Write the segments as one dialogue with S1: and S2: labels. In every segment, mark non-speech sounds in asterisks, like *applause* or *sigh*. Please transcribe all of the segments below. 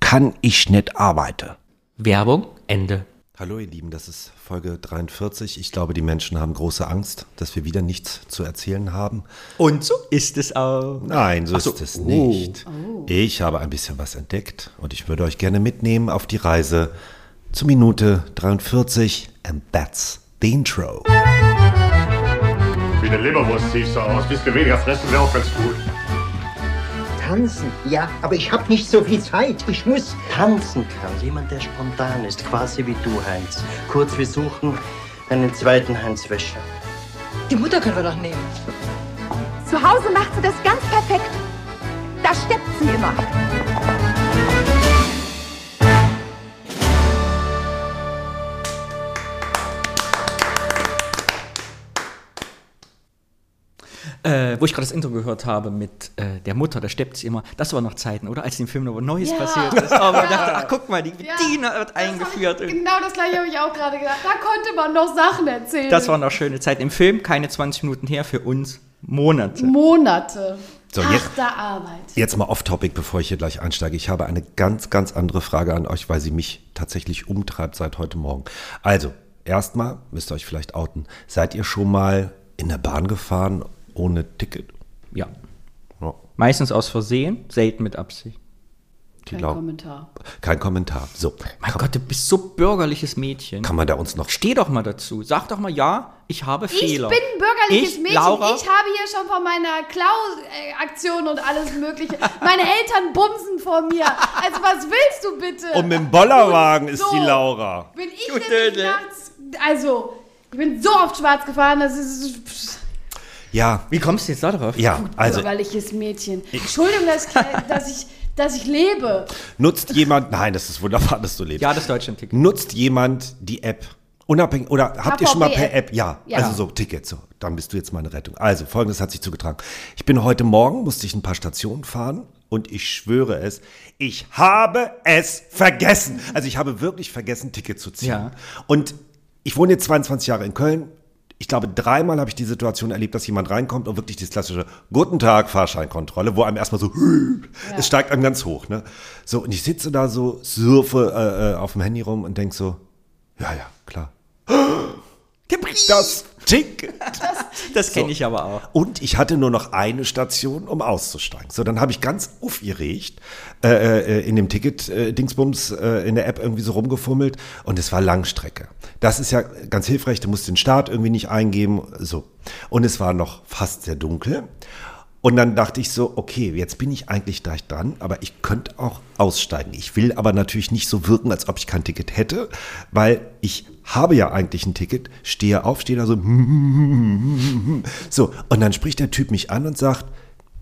S1: kann ich nicht arbeiten.
S2: Werbung, Ende.
S1: Hallo ihr Lieben, das ist Folge 43. Ich glaube, die Menschen haben große Angst, dass wir wieder nichts zu erzählen haben.
S2: Und so ist es auch.
S1: Nein, so, Oh. ist es nicht. Ich habe ein bisschen was entdeckt und ich würde euch gerne mitnehmen auf die Reise zur Minute 43 and that's the intro.
S3: Wie eine Leberwurst siehst du aus. Bist du weniger fressen, wäre auch ganz gut.
S4: Tanzen? Ja, aber ich habe nicht so viel Zeit. Ich muss.
S5: tanzen kann. Jemand, der spontan ist, quasi wie du, Heinz. Kurz, wir suchen einen zweiten Heinz Wäscher.
S6: Die Mutter können wir doch nehmen.
S7: Zu Hause macht sie das ganz perfekt. Da steppt sie immer.
S8: Äh, wo ich gerade das Intro gehört habe mit äh, der Mutter, da steppt sie immer. Das war noch Zeiten, oder? Als in dem Film noch was Neues
S9: Ja.
S8: passiert ist. Aber man dachte, ach guck mal, die Bettina wird eingeführt.
S9: Genau das gleiche habe ich auch gerade gedacht. Da konnte man noch Sachen erzählen.
S8: Das waren noch schöne Zeiten. Im Film keine 20 Minuten her, für uns Monate.
S9: Monate
S1: So, jetzt-
S9: harter Arbeit.
S1: Jetzt mal off-topic, bevor ich hier gleich einsteige. Ich habe eine ganz, ganz andere Frage an euch, weil sie mich tatsächlich umtreibt seit heute Morgen. Also, erstmal müsst ihr euch vielleicht outen. Seid ihr schon mal in der Bahn gefahren ohne Ticket?
S8: Ja.
S1: Ja,
S8: Meistens aus Versehen, selten mit Absicht.
S1: die
S9: Kein
S1: Lau-
S9: Kommentar.
S1: Kein Kommentar. So,
S8: Mein
S1: kann,
S8: Gott, du bist so bürgerliches Mädchen.
S1: kann man da uns noch...
S8: Steh doch mal dazu. Sag doch mal, ja, ich habe
S7: Ich
S8: Fehler.
S7: bin ein bürgerliches
S8: Ich,
S7: Mädchen.
S8: Laura,
S7: ich habe hier schon von meiner Klau-Aktion und alles Mögliche. Meine Eltern bumsen vor mir. Also, was willst du bitte?
S1: Und mit dem um Bollerwagen ist
S7: So.
S1: die Laura.
S7: Bin ich
S8: Du
S7: nämlich
S8: Dödel.
S7: nachts. Also, ich bin so oft schwarz gefahren, das ist.
S1: Ja,
S8: wie kommst du jetzt darauf?
S1: ja, also
S7: bürgerliches Mädchen. Entschuldigung, dass ich, dass ich, dass ich lebe.
S1: nutzt jemand... Nein, das ist wunderbar, dass du lebst.
S8: Ja, das Deutschland-Ticket.
S1: Nutzt jemand die App? Unabhängig, oder habt ihr schon mal per App? Ja,
S7: Ja.
S1: also so Tickets, so, dann bist du jetzt meine Rettung. Also, folgendes hat sich zugetragen. Ich bin heute Morgen, musste ich ein paar Stationen fahren und ich schwöre es, ich habe es vergessen. Also ich habe wirklich vergessen, Ticket zu ziehen.
S8: Ja.
S1: Und ich wohne jetzt 22 Jahre in Köln. Ich glaube, dreimal habe ich die Situation erlebt, dass jemand reinkommt und wirklich das klassische Guten Tag, Fahrscheinkontrolle, wo einem erstmal so, *laughs* es steigt einem ganz hoch. Ne? So, und ich sitze da so, surfe äh, äh, auf dem Handy rum und denke so, ja, ja, klar.
S8: *gasps* Der Brief.
S1: Das Ticket.
S8: *laughs* Das kenne ich aber auch.
S1: Und ich hatte nur noch eine Station, um auszusteigen. So, dann habe ich ganz aufgeregt äh, äh, in dem Ticket-Dingsbums äh, in der App irgendwie so rumgefummelt und es war Langstrecke. Das ist ja ganz hilfreich, du musst den Start irgendwie nicht eingeben. So. Und es war noch fast sehr dunkel. Und dann dachte ich so, okay, jetzt bin ich eigentlich gleich dran, aber ich könnte auch aussteigen. Ich will aber natürlich nicht so wirken, als ob ich kein Ticket hätte, weil ich habe ja eigentlich ein Ticket, stehe auf, stehe da so, *laughs* so, und dann spricht der Typ mich an und sagt,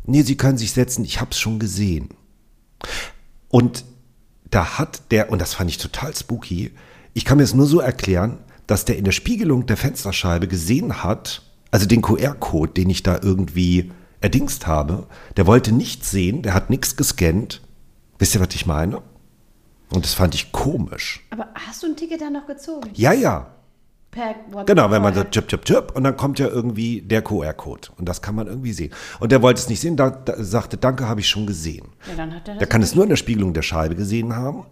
S1: nee, Sie können sich setzen, ich hab's schon gesehen. Und da hat der, und das fand ich total spooky, ich kann mir es nur so erklären, dass der in der Spiegelung der Fensterscheibe gesehen hat, also den QR-Code, den ich da irgendwie erdingst habe, der wollte nichts sehen, der hat nichts gescannt. Wisst ihr, was ich meine? Und das fand ich komisch.
S7: Aber hast du ein Ticket dann noch gezogen?
S1: Ja, ja,
S7: Per WhatsApp?
S1: Genau, wenn man so chip, chip, chip und dann kommt ja irgendwie der QR-Code und das kann man irgendwie sehen. Und der wollte es nicht sehen, da, da, sagte, danke, habe ich schon gesehen.
S7: Ja, dann hat er
S1: Der
S7: das.
S1: kann es nur in der Spiegelung der Scheibe gesehen haben.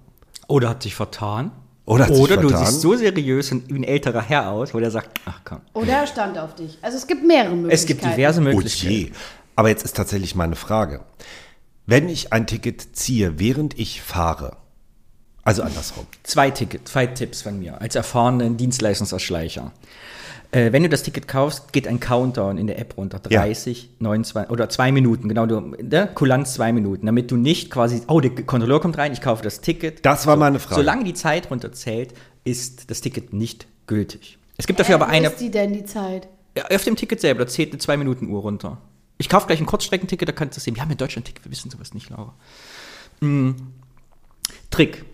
S8: Oder hat sich vertan.
S1: Oder hat sich
S8: Oder du
S1: vertan.
S8: siehst so seriös und wie ein älterer Herr aus, wo der sagt, ach komm.
S7: Oder er stand auf dich. Also, es gibt mehrere Möglichkeiten.
S8: Es gibt diverse
S1: Oh
S8: Möglichkeiten.
S1: je. Aber jetzt ist tatsächlich meine Frage. Wenn ich ein Ticket ziehe, während ich fahre, also andersrum,
S8: Zwei Ticket, zwei Tipps von mir als erfahrenen Dienstleistungserschleicher. Äh, wenn du das Ticket kaufst, geht ein Countdown in der App runter.
S1: Ja.
S8: 30, 29 oder zwei Minuten, genau. Du, ne? Kulanz zwei Minuten, damit du nicht quasi, oh, der Kontrolleur kommt rein, ich kaufe das Ticket.
S1: Das war meine Frage.
S8: Solange die Zeit runterzählt, ist das Ticket nicht gültig. Es gibt dafür aber
S7: Äh, Wo
S8: eine,
S7: ist die denn die Zeit?
S8: Ja, auf dem Ticket selber, da zählt eine 2-Minuten-Uhr runter. Ich kaufe gleich ein Kurzstreckenticket, da kannst du sehen. Wir haben ein Deutschland-Ticket, wir wissen sowas nicht, Laura. Hm. Trick.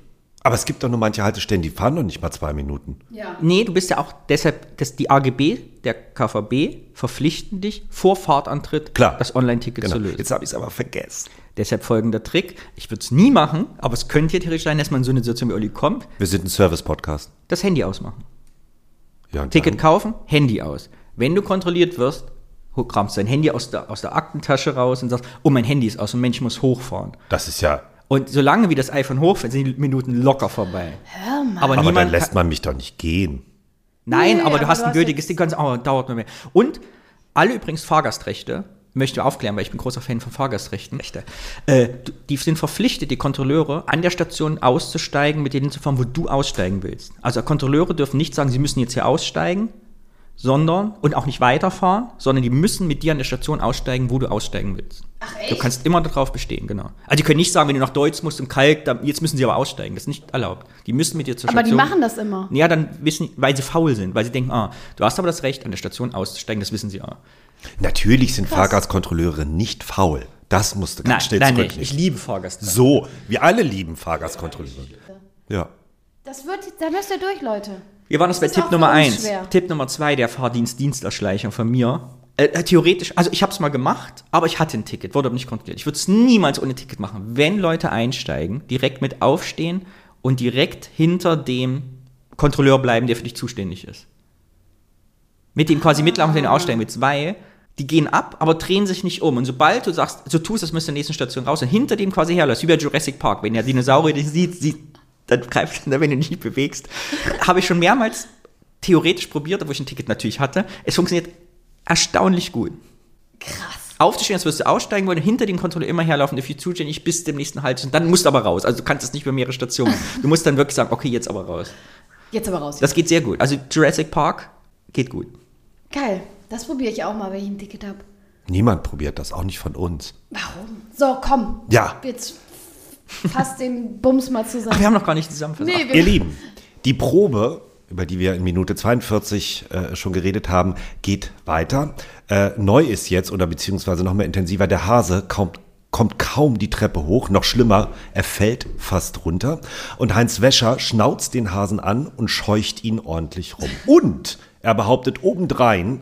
S1: Aber es gibt doch nur manche Haltestellen, die fahren noch nicht mal zwei Minuten.
S7: Ja.
S8: Nee, du bist ja auch deshalb, dass die AGB, der KVB, verpflichten dich, vor Fahrtantritt
S1: Klar.
S8: das Online-Ticket
S1: Genau.
S8: zu lösen.
S1: Jetzt habe ich es aber vergessen.
S8: Deshalb folgender Trick. Ich würde es nie machen, aber es könnte ja theoretisch sein, dass man in so eine Situation wie Olli kommt,
S1: Wir sind ein Service-Podcast.
S8: das Handy ausmachen.
S1: Ja, und
S8: Ticket
S1: dann-
S8: kaufen, Handy aus. Wenn du kontrolliert wirst, hol- kramst dein Handy aus der, aus der Aktentasche raus und sagst, oh, mein Handy ist aus und Mensch muss hochfahren.
S1: Das ist ja.
S8: Und solange wie das iPhone hochfährt, sind die Minuten locker vorbei. Hör mal. Aber,
S1: Aber
S8: niemand
S1: dann lässt
S8: kann,
S1: man mich doch nicht gehen.
S8: Nein,
S7: Nee,
S8: aber du
S7: aber
S8: hast
S7: du
S8: ein
S7: hast
S8: gültiges
S7: jetzt-
S8: Ding, kannst, oh, dauert nur mehr. Und alle übrigens Fahrgastrechte, möchte ich aufklären, weil ich bin großer Fan von Fahrgastrechten. Äh, du- die sind verpflichtet, die Kontrolleure an der Station auszusteigen, mit denen zu fahren, wo du aussteigen willst. Also Kontrolleure dürfen nicht sagen, sie müssen jetzt hier aussteigen, sondern und auch nicht weiterfahren, sondern die müssen mit dir an der Station aussteigen, wo du aussteigen willst. Ach echt? Du kannst immer darauf bestehen, genau. Also die können nicht sagen, wenn du nach Deutsch musst und Kalk, dann, jetzt müssen sie aber aussteigen. Das ist nicht erlaubt. Die müssen mit dir zur
S7: Aber die
S8: Station.
S7: machen das immer.
S8: Ja, dann wissen, weil sie faul sind, weil sie denken, ah, du hast aber das Recht, an der Station auszusteigen, das wissen sie ah. auch.
S1: Natürlich sind Fahrgastkontrolleure nicht faul. Das musst du ganz schnell
S8: nicht.
S1: zurücknehmen.
S8: Ich liebe Fahrgäste.
S1: so, wir alle lieben Fahrgastkontrolleure. Ja.
S7: Das wird, da müsst ihr durch, Leute.
S8: Wir waren das bei
S7: ist auch
S8: Tipp
S7: für
S8: Nummer
S7: uns
S8: 1.
S7: schwer.
S8: Tipp Nummer 2, der Fahrdienstdiensterschleicher von mir. Äh, äh, theoretisch, also ich habe es mal gemacht, aber ich hatte ein Ticket, wurde aber nicht kontrolliert. Ich würde es niemals ohne Ticket machen. Wenn Leute einsteigen, direkt mit aufstehen und direkt hinter dem Kontrolleur bleiben, der für dich zuständig ist. Mit dem quasi mitlaufen, den du aussteigen willst, weil die gehen ab, aber drehen sich nicht um. Und sobald du sagst, so tust, das müsste in der nächsten Station raus und hinter dem quasi herläufst, wie bei Jurassic Park, wenn der Dinosaurier dich sieht, sieht dann greift er, wenn du dich nicht bewegst. Habe ich schon mehrmals theoretisch probiert, obwohl ich ein Ticket natürlich hatte. Es funktioniert erstaunlich gut. Krass. Aufzustehen, als würdest du aussteigen wollen, hinter dem Kontrolleur immer herlaufen, dafür zuständig bis dem nächsten Halt und dann musst du aber raus. Also du kannst es nicht mehr mehrere Stationen. Du musst dann wirklich sagen, okay, jetzt aber raus.
S7: Jetzt aber raus.
S8: Das geht sehr gut. Also Jurassic Park geht gut.
S7: Geil. Das probiere ich auch mal, wenn ich ein Ticket habe.
S1: Niemand probiert das, auch nicht von uns.
S7: Warum? So, komm.
S1: Ja.
S7: Jetzt fass den Bums mal zusammen.
S8: Wir haben noch gar nicht zusammenfassen.
S7: Nee,
S1: Ihr
S7: wir,
S1: Lieben, die Probe, über die wir in Minute 42 äh, schon geredet haben, geht weiter. Äh, neu ist jetzt oder beziehungsweise noch mal intensiver, der Hase kommt kommt kaum die Treppe hoch, noch schlimmer, er fällt fast runter. Und Heinz Wäscher schnauzt den Hasen an und scheucht ihn ordentlich rum. Und er behauptet obendrein,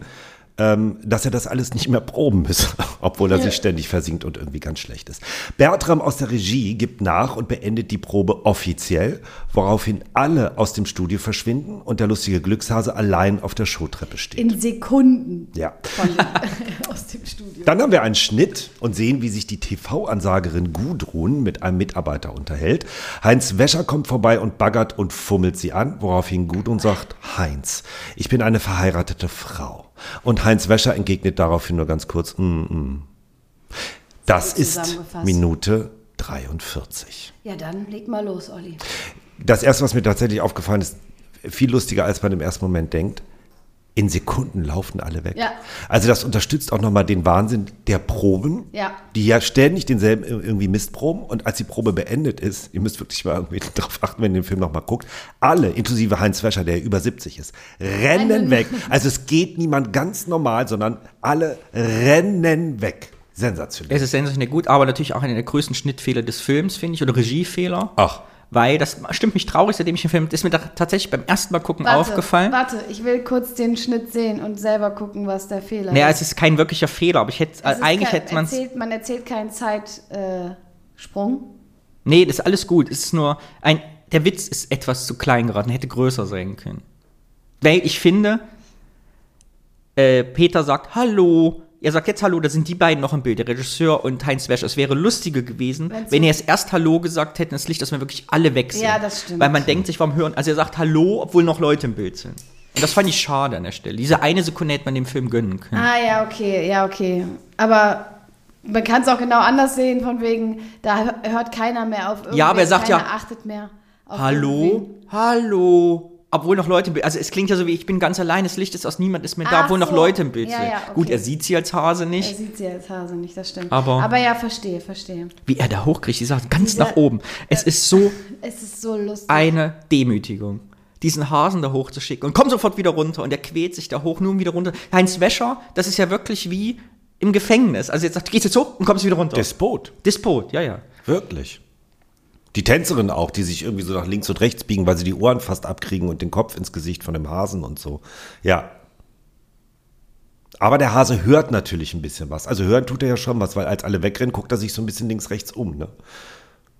S1: dass er das alles nicht mehr proben muss, *laughs* obwohl er sich ständig versinkt und irgendwie ganz schlecht ist. Bertram aus der Regie gibt nach und beendet die Probe offiziell, woraufhin alle aus dem Studio verschwinden und der lustige Glückshase allein auf der Showtreppe steht.
S7: in Sekunden
S1: Ja.
S7: von, *laughs* aus dem Studio.
S1: Dann haben wir einen Schnitt und sehen, wie sich die TV-Ansagerin Gudrun mit einem Mitarbeiter unterhält. Heinz Wäscher kommt vorbei und baggert und fummelt sie an, woraufhin Gudrun sagt, Heinz, ich bin eine verheiratete Frau. Und Heinz Wäscher entgegnet daraufhin nur ganz kurz, mm, mm. Das ist
S7: zusammengefasst.
S1: Minute 43.
S7: Ja, dann leg mal los, Olli.
S1: Das erste, was mir tatsächlich aufgefallen ist, viel lustiger, als man im ersten Moment denkt. In Sekunden laufen alle weg.
S7: Ja.
S1: Also das unterstützt auch nochmal den Wahnsinn der Proben,
S7: Ja.
S1: die ja ständig denselben ir- irgendwie Mist proben. Und als die Probe beendet ist, ihr müsst wirklich mal irgendwie *laughs* drauf achten, wenn ihr den Film nochmal guckt, alle, inklusive Heinz Wäscher, der über 70 ist, rennen weg. Also es geht niemand ganz normal, sondern alle rennen weg. Sensationell.
S8: Es ist sensationell gut, aber natürlich auch einer der größten Schnittfehler des Films, finde ich, oder Regiefehler.
S1: Ach.
S8: Weil das stimmt mich traurig, seitdem ich den Film. Das ist mir da tatsächlich beim ersten Mal gucken aufgefallen.
S7: Warte, ich will kurz den Schnitt sehen und selber gucken, was der Fehler
S8: Naja,
S7: ist.
S8: es ist kein wirklicher Fehler, aber ich hätte,
S7: Es ist
S8: eigentlich
S7: kein-
S8: hätte man es.
S7: erzählt, Man erzählt keinen Zeitsprung. Äh, Sprung.
S8: Nee, das ist alles gut. Es ist nur ein. Der Witz ist etwas zu klein geraten, hätte größer sein können. Weil ich finde, äh, Peter sagt Hallo. Er sagt jetzt Hallo, da sind die beiden noch im Bild, der Regisseur und Heinz Wäscher. Es wäre lustiger gewesen,
S7: Wenn's-
S8: wenn er es erst Hallo gesagt hätte, das Licht, dass wir wirklich alle weg sind.
S7: Ja, das stimmt.
S8: Weil man denkt sich, warum hören. Also er sagt Hallo, obwohl noch Leute im Bild sind. Und das fand ich schade an der Stelle. Diese eine Sekunde hätte man dem Film gönnen können.
S7: Ah ja, okay, ja, okay. Aber man kann es auch genau anders sehen, von wegen, da hört keiner mehr auf irgendwen,
S8: Ja, aber er sagt
S7: keiner
S8: ja,
S7: achtet mehr auf
S8: Hallo?
S7: irgendwen.
S8: Hallo? Obwohl noch Leute im Bild, also es klingt ja so wie, ich bin ganz allein, das Licht ist aus, niemand ist mehr da,
S7: Ach
S8: obwohl noch
S7: so.
S8: Leute im Bild
S7: Ja,
S8: sind.
S7: ja, okay.
S8: Gut, er sieht sie als Hase
S7: Er
S8: nicht.
S7: sieht sie als Hase nicht, das stimmt.
S8: Aber-
S7: Aber ja, verstehe, verstehe.
S8: Wie er da hochkriegt, die Sachen ganz
S7: Dieser-
S8: nach oben. Es ist so
S7: Es ist so lustig.
S8: eine Demütigung, diesen Hasen da hochzuschicken und komm sofort wieder runter und er quält sich da hoch, nun wieder runter. Heinz Wäscher, das ist ja wirklich wie im Gefängnis. Also jetzt sagt, du gehst jetzt hoch und kommst wieder runter.
S1: Despot.
S8: Despot, ja, ja.
S1: Wirklich. Die Tänzerin auch, die sich irgendwie so nach links und rechts biegen, weil sie die Ohren fast abkriegen und den Kopf ins Gesicht von dem Hasen und so. Ja. Aber der Hase hört natürlich ein bisschen was. Also hören tut er ja schon was, weil als alle wegrennen, guckt er sich so ein bisschen links, rechts um. Ne?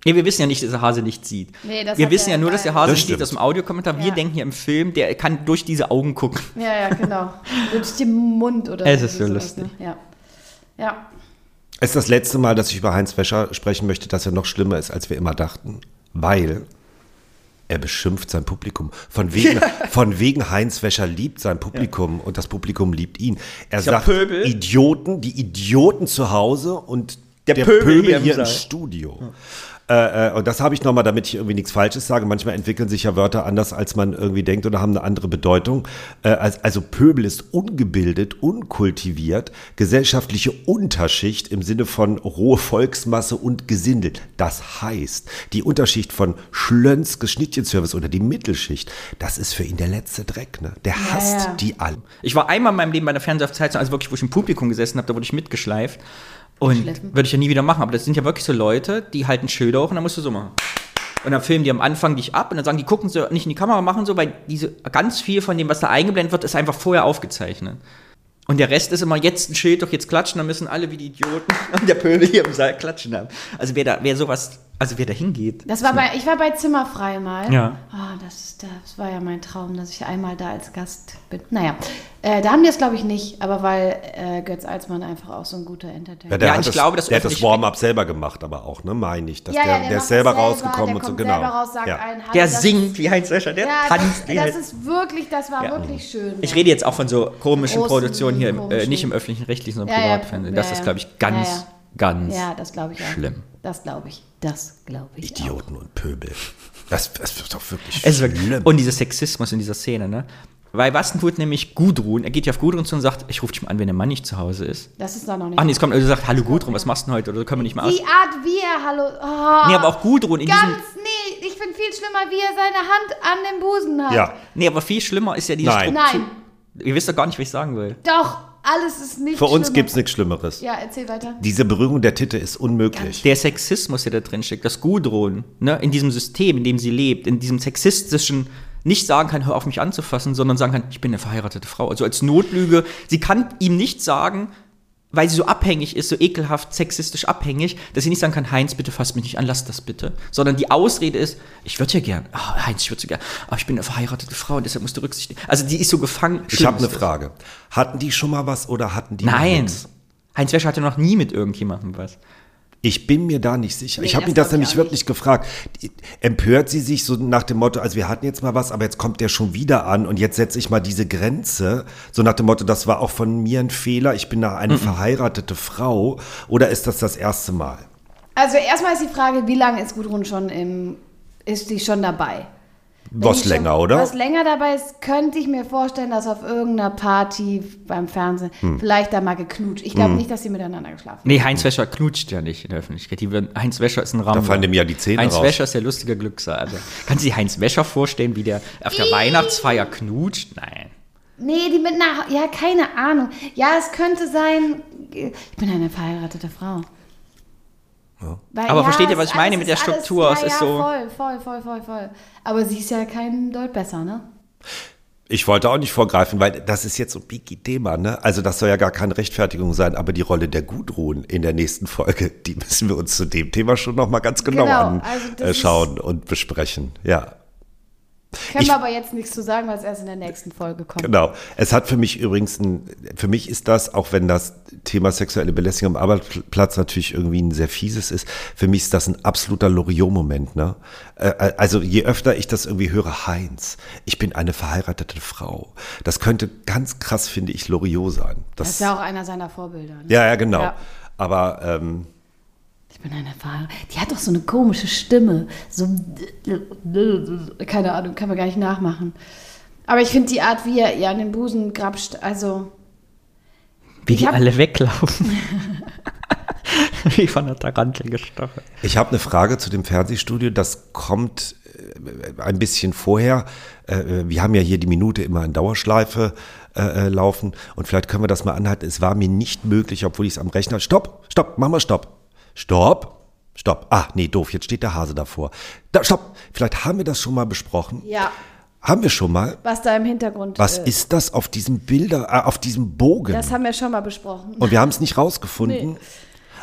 S8: Nee, wir wissen ja nicht, dass der Hase nichts sieht.
S7: Nee, das
S8: wir
S7: hat
S8: wissen
S7: er-
S8: ja nur, dass der
S7: nein.
S8: Hase
S1: Das
S8: nicht sieht
S1: stimmt.
S8: aus dem Audiokommentar. Wir
S7: Ja.
S8: denken hier im Film, der kann durch diese Augen gucken.
S7: Ja, ja, genau. Durch den Mund oder
S8: Es ist
S7: irgendwie
S8: so
S7: sowas,
S8: lustig.
S7: Ne? Ja. Ja.
S1: Es ist das letzte Mal, dass ich über Heinz Wäscher sprechen möchte, dass er noch schlimmer ist, als wir immer dachten. Weil er beschimpft sein Publikum. Von wegen, von wegen Heinz Wäscher liebt sein Publikum und das Publikum liebt ihn. Er
S8: Der
S1: sagt
S8: Pöbel.
S1: Idioten, die Idioten zu Hause und der,
S8: Der
S1: Pöbel,
S8: Pöbel hier im
S1: hier im
S8: Saal.
S1: Studio. Äh, äh, und das habe ich nochmal, damit ich irgendwie nichts Falsches sage. Manchmal entwickeln sich ja Wörter anders, als man irgendwie denkt oder haben eine andere Bedeutung. Äh, als- also Pöbel ist ungebildet, unkultiviert, gesellschaftliche Unterschicht im Sinne von rohe Volksmasse und Gesindel. Das heißt, die Unterschicht von Schlönz, Schnittchenservice oder die Mittelschicht, das ist für ihn der letzte Dreck. Ne? Der hasst
S7: ja.
S1: die alle.
S8: Ich war einmal in meinem Leben bei einer Fernsehaufzeichnung, also wirklich, wo ich im Publikum gesessen habe, da wurde ich mitgeschleift. Und würde ich ja nie wieder machen. Aber das sind ja wirklich so Leute, die halten Schilder hoch und dann musst du so machen. Und dann filmen die am Anfang dich ab und dann sagen die, gucken so nicht in die Kamera, machen so, weil diese, ganz viel von dem, was da eingeblendet wird, ist einfach vorher aufgezeichnet. Und der Rest ist immer jetzt ein Schild, doch jetzt klatschen, dann müssen alle wie die Idioten *laughs* und der Pöbel hier im Saal klatschen haben. Also wer da, wer sowas, also wer da hingeht.
S7: Das war bei, ich war bei Zimmerfrei mal.
S8: Ja.
S7: Ah, das, das war ja mein Traum, dass ich einmal da als Gast bin. Naja, äh, da haben die es, glaube ich, nicht, aber weil äh, Götz Alsmann einfach auch so ein guter Entertainer ist.
S8: Ja, ich glaube, das
S1: der hat das
S8: öffentlich-
S1: Warm-up selber gemacht, aber auch, ne? meine ich. Dass
S7: Ja,
S1: der,
S7: ja,
S1: der,
S7: macht
S1: ist selber,
S7: das
S1: rausgekommen
S7: der
S1: und so,
S7: kommt
S1: genau.
S7: Selber raus, sagt
S1: ja.
S7: einen, hallo,
S8: Der
S7: das-
S8: singt wie Heinz Wäscher, der
S7: Ja,
S8: tanzt. wie
S7: das,
S8: halt-
S7: das ist wirklich, das war wirklich schön.
S8: Ich rede jetzt auch von so komischen
S7: Großen,
S8: Produktionen hier, im, äh,
S7: komischen-
S8: nicht im öffentlichen Rechtlichen, sondern
S7: Ja, ja,
S8: Privatfernsehen. Das
S7: ja, ja.
S8: ist, glaube ich, ganz,
S7: Ja, ja.
S8: ganz.
S7: Ja, das glaube ich auch.
S8: Schlimm.
S7: Das glaube ich. Das glaube ich. Auch.
S1: Idioten und Pöbel. Das, das ist doch wirklich
S8: Es ist
S1: schlimm.
S8: wirklich, und dieser Sexismus in dieser Szene, ne? Weil was tut nämlich Gudrun? Er geht ja auf Gudrun zu und sagt, ich rufe dich mal an, wenn der Mann nicht zu Hause ist.
S7: Das ist da noch nicht.
S8: Ach nee, es kommt, also sagt, hallo Gudrun, was machst du denn heute? Oder können wir nicht mal aus?
S7: Die Art, wie er hallo. Oh,
S8: Nee, aber auch Gudrun in diesem.
S7: Ganz, nee, ich finde viel schlimmer, wie er seine Hand an dem Busen hat.
S1: ja,
S8: Nee, aber viel schlimmer ist ja diese
S1: Nein.
S7: Nein,
S8: Ihr wisst doch gar nicht, was ich sagen will.
S7: doch, alles ist nicht
S1: für uns
S7: schlimmer.
S1: gibt es nichts Schlimmeres.
S7: Ja, erzähl weiter.
S1: Diese Berührung der Titte ist unmöglich.
S8: Der Sexismus, der da drin steckt, das Gudrun, ne, in diesem System, in dem sie lebt, in diesem sexistischen, nicht sagen kann, hör auf mich anzufassen, sondern sagen kann, ich bin eine verheiratete Frau. Also als Notlüge, sie kann ihm nicht sagen, weil sie so abhängig ist, so ekelhaft sexistisch abhängig, dass sie nicht sagen kann, Heinz, bitte fass mich nicht an, lass das bitte. Sondern die Ausrede ist, ich würde ja gern, Ah, Heinz, ich würde so gern, aber ich bin eine verheiratete Frau und deshalb musst du Rücksicht nehmen. Also die ist so gefangen.
S1: ich habe
S8: Schlimm
S1: eine
S8: ist das.
S1: Frage. Hatten die schon mal was oder hatten die noch
S8: Nein.
S1: nichts?
S8: Heinz Wäscher hatte noch nie mit irgendjemandem was.
S1: Ich bin mir da nicht sicher. ich habe
S7: das
S1: mich das
S7: glaub ich
S1: nämlich
S7: auch
S1: wirklich gefragt. Empört sie sich so nach dem Motto, also wir hatten jetzt mal was, aber jetzt kommt der schon wieder an und jetzt setze ich mal diese Grenze. So nach dem Motto, das war auch von mir ein Fehler, ich bin da eine verheiratete Frau. Oder ist das das erste Mal?
S7: Also erstmal ist die Frage, wie lange ist Gudrun schon im, ist die schon dabei? Wenn
S1: Was
S7: die
S1: länger,
S7: schon,
S1: oder?
S7: Was länger dabei ist, könnte ich mir vorstellen, dass auf irgendeiner Party beim Fernsehen
S1: Hm.
S7: vielleicht da mal geknutscht. Ich glaube nicht, dass sie miteinander geschlafen
S8: Nee, Heinz Wäscher knutscht ja nicht in der Öffentlichkeit. Die würden, Heinz Wäscher ist ein Rahmen.
S1: fallen dem ja die Zähne
S8: Heinz
S1: raus.
S8: Wäscher ist der lustige Glückser. Also, kannst du dir Heinz Wäscher vorstellen, wie der auf der Weihnachtsfeier knutscht? Nein.
S7: haben. Nee, die mit einer, ja, keine Ahnung. Ja, es könnte sein, ich bin eine verheiratete Frau. Weil,
S8: Aber versteht ihr,
S7: es
S8: was
S7: ist
S8: ich meine
S7: alles-
S8: mit der
S7: es ist alles-
S8: Struktur?
S7: Ja,
S8: Es ist
S7: ja,
S8: so-
S7: voll, voll, voll, voll, voll. Aber sie ist ja kein Deut besser, ne?
S1: Ich wollte auch nicht vorgreifen, weil das ist jetzt so ein Biggie-Thema, ne? Also das soll ja gar keine Rechtfertigung sein, aber die Rolle der Gudrun in der nächsten Folge, die müssen wir uns zu dem Thema schon nochmal ganz genau,
S7: Genau, also das ist-
S1: anschauen und besprechen. Ja,
S7: Können
S1: Ich-
S7: wir aber jetzt nichts zu sagen, weil es erst in der nächsten Folge kommt.
S1: genau. Es hat für mich übrigens, ein, für mich ist das, auch wenn das Thema sexuelle Belästigung am Arbeitsplatz natürlich irgendwie ein sehr fieses ist, für mich ist das ein absoluter Loriot-Moment, ne? Äh, Also je öfter ich das irgendwie höre, Heinz, ich bin eine verheiratete Frau. Das könnte ganz krass, finde ich, Loriot sein.
S7: Das ist ja auch einer seiner Vorbilder. Ne?
S1: Ja, ja, genau.
S7: Ja.
S1: Aber ähm,
S7: Ich bin eine Fahrer. Die hat doch so eine komische Stimme. So, keine Ahnung, kann man gar nicht nachmachen. Aber ich finde die Art, wie er ihr an den Busen grapscht, also
S8: Wie
S7: Ich
S8: die
S7: hab-
S8: alle weglaufen. *laughs* wie von der Tarantel gestochen.
S1: ich habe eine Frage zu dem Fernsehstudio. Das kommt äh, ein bisschen vorher. Äh, wir haben ja hier die Minute immer in Dauerschleife äh, äh, laufen. Und vielleicht können wir das mal anhalten. Es war mir nicht möglich, obwohl ich es am Rechner. Stopp, stopp, mach mal Stopp. Stopp. Stopp. Ah, nee, doof. Jetzt steht der Hase davor. Da, stopp. Vielleicht haben wir das schon mal besprochen.
S7: Ja.
S1: Haben wir schon mal.
S7: Was da im Hintergrund
S1: Was
S7: äh,
S1: ist das auf diesem Bilder, äh, auf diesem Bogen?
S7: Das haben wir schon mal besprochen.
S1: Und wir haben es nicht rausgefunden.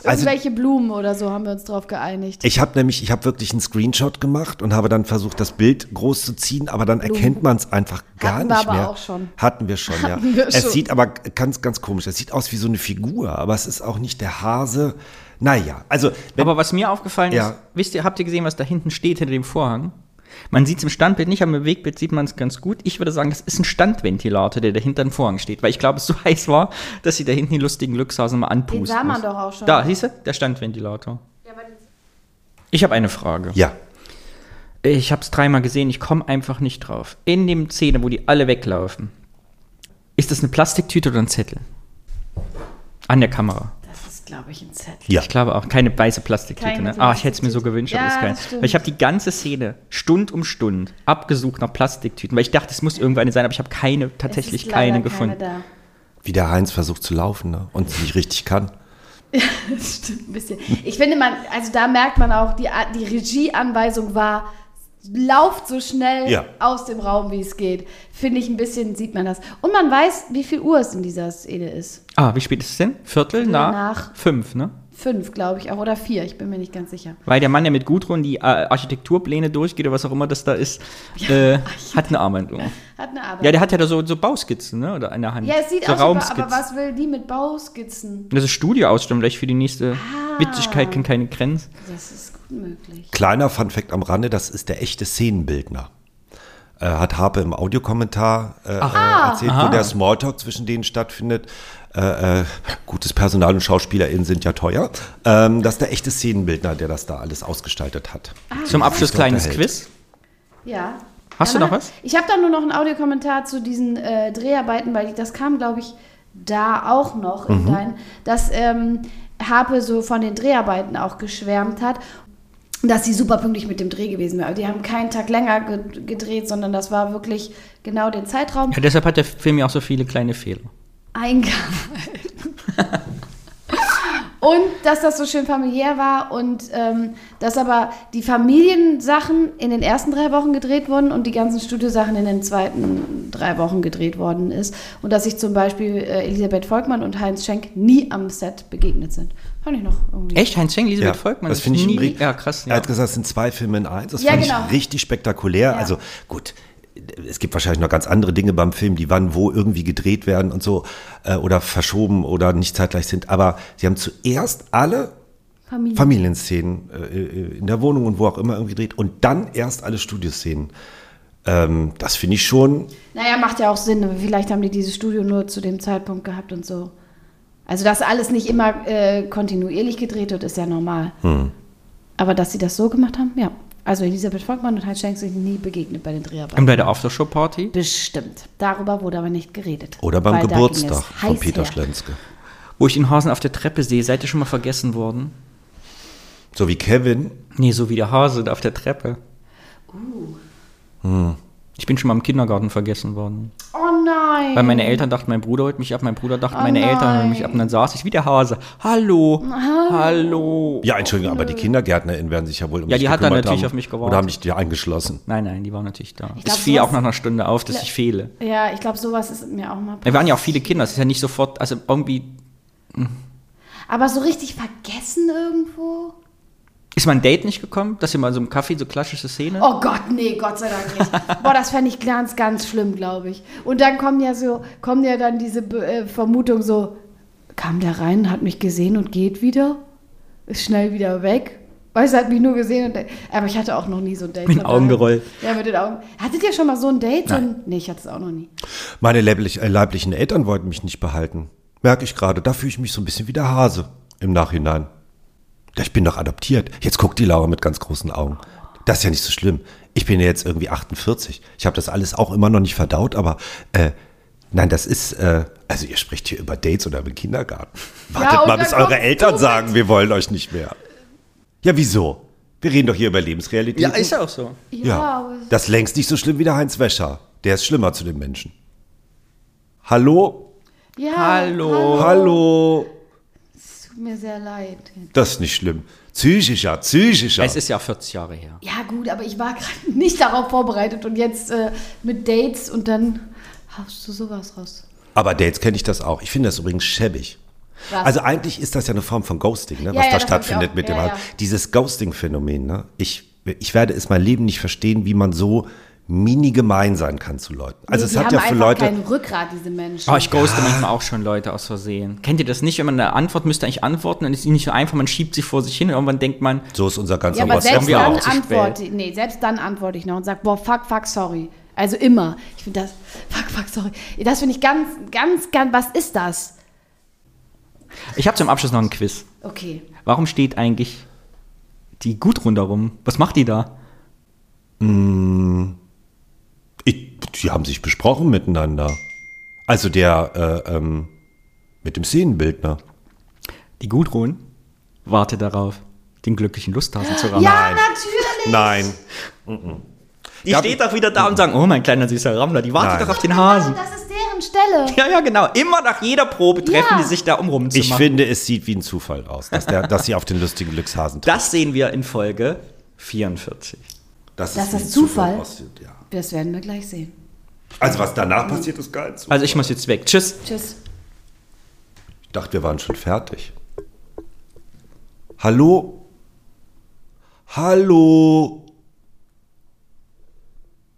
S1: Also
S7: Irgendwelche Blumen oder so haben wir uns drauf geeinigt.
S1: ich habe nämlich, ich habe wirklich einen Screenshot gemacht und habe dann versucht, das Bild groß zu ziehen, aber dann erkennt man es einfach gar
S7: Hatten wir
S1: nicht
S7: aber
S1: mehr.
S7: auch schon.
S1: Hatten wir schon, ja.
S7: *laughs* Hatten wir
S1: es
S7: schon.
S1: sieht aber ganz, ganz komisch. Es sieht aus wie so eine Figur, aber es ist auch nicht der Hase. Naja, also wenn,
S8: Aber was mir aufgefallen
S1: Ja.
S8: ist, wisst ihr, habt ihr gesehen, was da hinten steht hinter dem Vorhang? Man sieht es im Standbild nicht, aber im Wegbild sieht man es ganz gut. Ich würde sagen, das ist ein Standventilator, der da hinter dem Vorhang steht, weil ich glaube, es so *laughs* heiß war, dass sie da hinten die lustigen Glückshasen mal anpusten.
S7: Den sah man
S8: muss.
S7: doch auch schon.
S8: Da, siehst du? Der Standventilator. Ich habe eine Frage.
S1: ja,
S8: Ich habe es dreimal gesehen, ich komme einfach nicht drauf. In dem Szene, wo die alle weglaufen, ist das eine Plastiktüte oder ein Zettel? An der Kamera.
S7: Das ist, glaube ich, ein Zettel.
S1: ja.
S8: Ich glaube auch, keine weiße Plastiktüte.
S7: Keine
S8: ne? Ah, ich hätte es mir so
S7: Plastiktüte.
S8: gewünscht, aber
S7: Ja,
S8: ist kein.
S7: das stimmt.
S8: Weil ich habe die ganze Szene Stund um Stund abgesucht nach Plastiktüten, weil ich dachte, es muss irgendeine sein, aber ich habe keine,
S7: Es
S8: tatsächlich
S7: ist leider
S8: keine gefunden.
S7: Keine
S1: Wie der Heinz versucht zu laufen ne? und es nicht richtig kann.
S7: da. *laughs* Das stimmt ein bisschen. Ich finde, man, also da merkt man auch, die, A- die Regieanweisung war, lauft so schnell
S1: Ja.
S7: aus dem Raum, wie es geht. Finde ich ein bisschen, sieht man das. Und man weiß, wie viel Uhr es in dieser Szene ist.
S8: Ah, wie spät ist es denn? Viertel nach,
S7: nach.
S8: fünf, ne?
S7: Fünf, glaube ich, auch oder vier, ich bin mir nicht ganz sicher.
S8: Weil der Mann, der mit Gudrun die äh, Architekturpläne durchgeht oder was auch immer das da ist,
S7: *laughs*
S8: äh, hat eine Armbanduhr.
S7: Hat eine Arbeit.
S8: Ja, der hat ja da so, so Bauskizzen, ne? Oder in der Hand.
S7: Ja, es sieht
S8: so
S7: aus, aber,
S8: Raumskizzen.
S7: aber was will die mit Bauskizzen?
S8: Das ist Studioausstellung, vielleicht für die nächste
S7: Ah.
S8: Witzigkeit kennt keine Grenzen.
S7: Das ist gut möglich.
S1: Kleiner Funfact am Rande, das ist der echte Szenenbildner. Äh, hat Harpe im Audiokommentar äh, äh, erzählt, wo der Smalltalk zwischen denen stattfindet. Äh, äh, gutes Personal und SchauspielerInnen sind ja teuer. Ähm, das ist der echte Szenenbildner, der das da alles ausgestaltet hat.
S7: Ah.
S8: Zum Abschluss kleines
S1: unterhält.
S8: Quiz.
S7: Ja.
S8: Hast
S7: ja,
S8: du noch
S7: man-
S8: was?
S7: Ich habe da nur noch einen Audiokommentar zu diesen äh, Dreharbeiten, weil ich, das kam, glaube ich, da auch noch
S8: Mhm.
S7: in dein, dass ähm, Harpe so von den Dreharbeiten auch geschwärmt hat, dass sie super pünktlich mit dem Dreh gewesen wäre. Also die haben keinen Tag länger ge- gedreht, sondern das war wirklich genau den Zeitraum.
S8: Ja, deshalb hat der Film ja auch so viele kleine Fehler.
S7: eingehalten. und dass das so schön familiär war und ähm, dass aber die Familiensachen in den ersten drei Wochen gedreht wurden und die ganzen Studiosachen in den zweiten drei Wochen gedreht worden ist. Und dass sich zum Beispiel äh, Elisabeth Volkmann und Heinz Schenk nie am Set begegnet sind. Fand ich noch irgendwie.
S8: Echt? Heinz Schenk, Elisabeth Volkmann?
S1: das
S8: ist
S1: finde ich
S8: nie-
S1: im Re-
S8: Ja, krass.
S1: Er
S8: Ja.
S1: hat gesagt, es sind zwei Filme in eins. Das
S7: Ja,
S1: fand
S7: genau.
S1: ich richtig spektakulär.
S7: Ja.
S1: Also gut, es gibt wahrscheinlich noch ganz andere Dinge beim Film, die wann wo irgendwie gedreht werden und so äh, oder verschoben oder nicht zeitgleich sind. Aber sie haben zuerst alle
S7: Familie.
S1: Familienszenen äh, äh, in der Wohnung und wo auch immer irgendwie gedreht und dann erst alle Studioszenen. Ähm, das finde ich schon.
S7: Naja, macht ja auch Sinn, aber vielleicht haben die dieses Studio nur zu dem Zeitpunkt gehabt und so. Also, dass alles nicht immer äh, kontinuierlich gedreht wird, ist ja normal.
S1: Hm.
S7: Aber dass sie das so gemacht haben, ja. Also Elisabeth Volkmann und Heinz Schenk sind nie begegnet bei den
S8: Und
S7: Dreharbeiten.
S8: bei der Aftershow-Party?
S7: Bestimmt. Darüber wurde aber nicht geredet.
S1: Oder beim
S7: Weil da ging
S1: Geburtstag
S7: es
S1: von
S7: heiß
S1: Peter
S7: her.
S1: Schlenske.
S8: Wo ich den Hasen auf der Treppe sehe, seid ihr schon mal vergessen worden?
S1: So wie Kevin.
S8: Nee, so wie der Hase da auf der Treppe.
S1: Uh. Hm.
S8: Ich bin schon mal im Kindergarten vergessen worden.
S7: Oh nein.
S8: Weil meine Eltern dachten, mein Bruder holt mich ab, mein Bruder dachte,
S7: Oh
S8: meine Eltern holen mich
S7: nein.
S8: ab. Und dann saß ich wie der Hase. Hallo. Hallo.
S1: Ja, Entschuldigung, aber die KindergärtnerInnen werden sich ja wohl um
S8: Ja,
S1: dich
S8: die hat dann
S1: gekümmert
S8: natürlich
S1: haben.
S8: auf mich gewartet.
S1: Oder haben dich dir eingeschlossen.
S8: Nein, nein, die waren natürlich da.
S7: glaub,
S8: es fiel
S7: sowas-
S8: auch nach einer Stunde auf, dass ich fehle.
S7: Ja, ich glaube, sowas ist mir auch mal
S8: Wir waren ja auch viele Kinder, es ist ja nicht sofort, also irgendwie
S7: Aber so richtig vergessen irgendwo?
S8: ist mein Date nicht gekommen, dass ihr mal in so einem Kaffee so klassische Szene.
S7: Oh Gott, nee, Gott sei Dank nicht. Boah, das fände ich ganz, ganz schlimm, glaube ich. Und dann kommen ja so, kommen ja dann diese Be- äh, Vermutung so, kam der rein, hat mich gesehen und geht wieder, ist schnell wieder weg. Weißt du, hat mich nur gesehen und, aber ich hatte auch noch nie so ein Date.
S8: Mit den
S7: dabei.
S8: Augen gerollt.
S7: Ja, mit den Augen. Hattet ihr schon mal so ein Date? So ein, nee, ich hatte es auch noch nie.
S1: Meine leiblich, äh, leiblichen Eltern wollten mich nicht behalten. Merke ich gerade. Da fühle ich mich so ein bisschen wie der Hase im Nachhinein. Ja, Ich bin doch adoptiert. Jetzt guckt die Laura mit ganz großen Augen. Das ist ja nicht so schlimm. Ich bin ja jetzt irgendwie 48. Ich habe das alles auch immer noch nicht verdaut, aber äh, nein, das ist. Äh, also, ihr spricht hier über Dates oder im Kindergarten. Wartet
S7: und
S1: mal,
S7: dann
S1: bis eure
S7: kommst
S1: Eltern
S7: du
S1: sagen, wir wollen euch nicht mehr. Ja, wieso? Wir reden doch hier über Lebensrealitäten.
S8: Ja, ist ja auch so.
S7: Ja,
S1: Ja,
S7: aber
S1: das ist längst nicht so schlimm wie der Heinz Wäscher. Der ist schlimmer zu den Menschen. Hallo?
S7: ja,
S8: Hallo.
S1: Hallo?
S7: Es tut mir sehr leid.
S1: Das ist nicht schlimm. Psychischer, psychischer.
S8: Es ist ja 40 Jahre her.
S7: Ja, gut, aber ich war gerade *laughs* nicht darauf vorbereitet und jetzt äh, mit Dates und dann haust du sowas raus.
S1: Aber Dates kenne ich das auch. Ich finde das übrigens schäbig.
S7: Was?
S1: Also eigentlich ist das ja eine Form von Ghosting, ne, was
S7: Ja,
S1: da
S7: ja, das hab ich
S1: stattfindet
S7: auch.
S1: mit
S7: Ja,
S1: dem
S7: ja.
S1: Dieses Ghosting-Phänomen. Ne? Ich, ich werde es mein Leben nicht verstehen, wie man so mini gemein sein kann zu Leuten. Also
S7: die
S1: es hat
S7: haben
S1: ja für
S7: einfach
S1: Leute...
S7: kein Rückgrat, diese Menschen.
S8: Oh, ich ghoste manchmal auch schon Leute aus Versehen. Kennt ihr das nicht? Wenn man eine Antwort müsste eigentlich antworten, dann ist die nicht so einfach, man schiebt sie vor sich hin und irgendwann denkt man,
S1: So ist unser ganzer
S7: ja, aber
S1: WhatsApp.
S7: selbst
S8: haben wir
S7: dann,
S8: auch zu spät.
S7: antworte, nee, selbst dann antworte ich noch und sage, boah, fuck, fuck, sorry. Also immer. Ich finde das, *laughs* fuck, fuck, sorry. Das finde ich ganz, ganz, ganz, was ist das?
S8: ich habe zum Abschluss noch ein Quiz.
S7: Okay.
S8: Warum steht eigentlich die Gudrun da rum? Was macht die da?
S1: Ich, die haben sich besprochen miteinander. Also der äh, ähm, mit dem ne? Szenenbildner.
S8: Die Gudrun wartet darauf, den glücklichen Lusthasen zu rammen.
S7: Ja, natürlich.
S1: Nein.
S8: die steht doch wieder da und sagt, oh mein kleiner süßer Rammler, die wartet
S1: Nein.
S8: doch auf den Hasen.
S7: Genau, Das ist deren
S8: *laughs*
S7: Stelle.
S8: Ja, ja, genau. Immer nach jeder Probe treffen
S7: Ja.
S8: die sich da, um rumzumachen.
S1: Ich finde, es sieht wie ein Zufall aus, dass, der, dass sie auf den lustigen Glückshasen trifft.
S8: das sehen wir in Folge 44.
S9: Das
S1: wie
S9: ist
S1: ein
S9: Zufall.
S1: aussieht, ja.
S7: Das werden wir gleich sehen.
S1: Also was danach passiert, ist geil.
S8: Also ich muss jetzt weg. Tschüss.
S7: Tschüss.
S1: Ich dachte, wir waren schon fertig. Hallo? Hallo?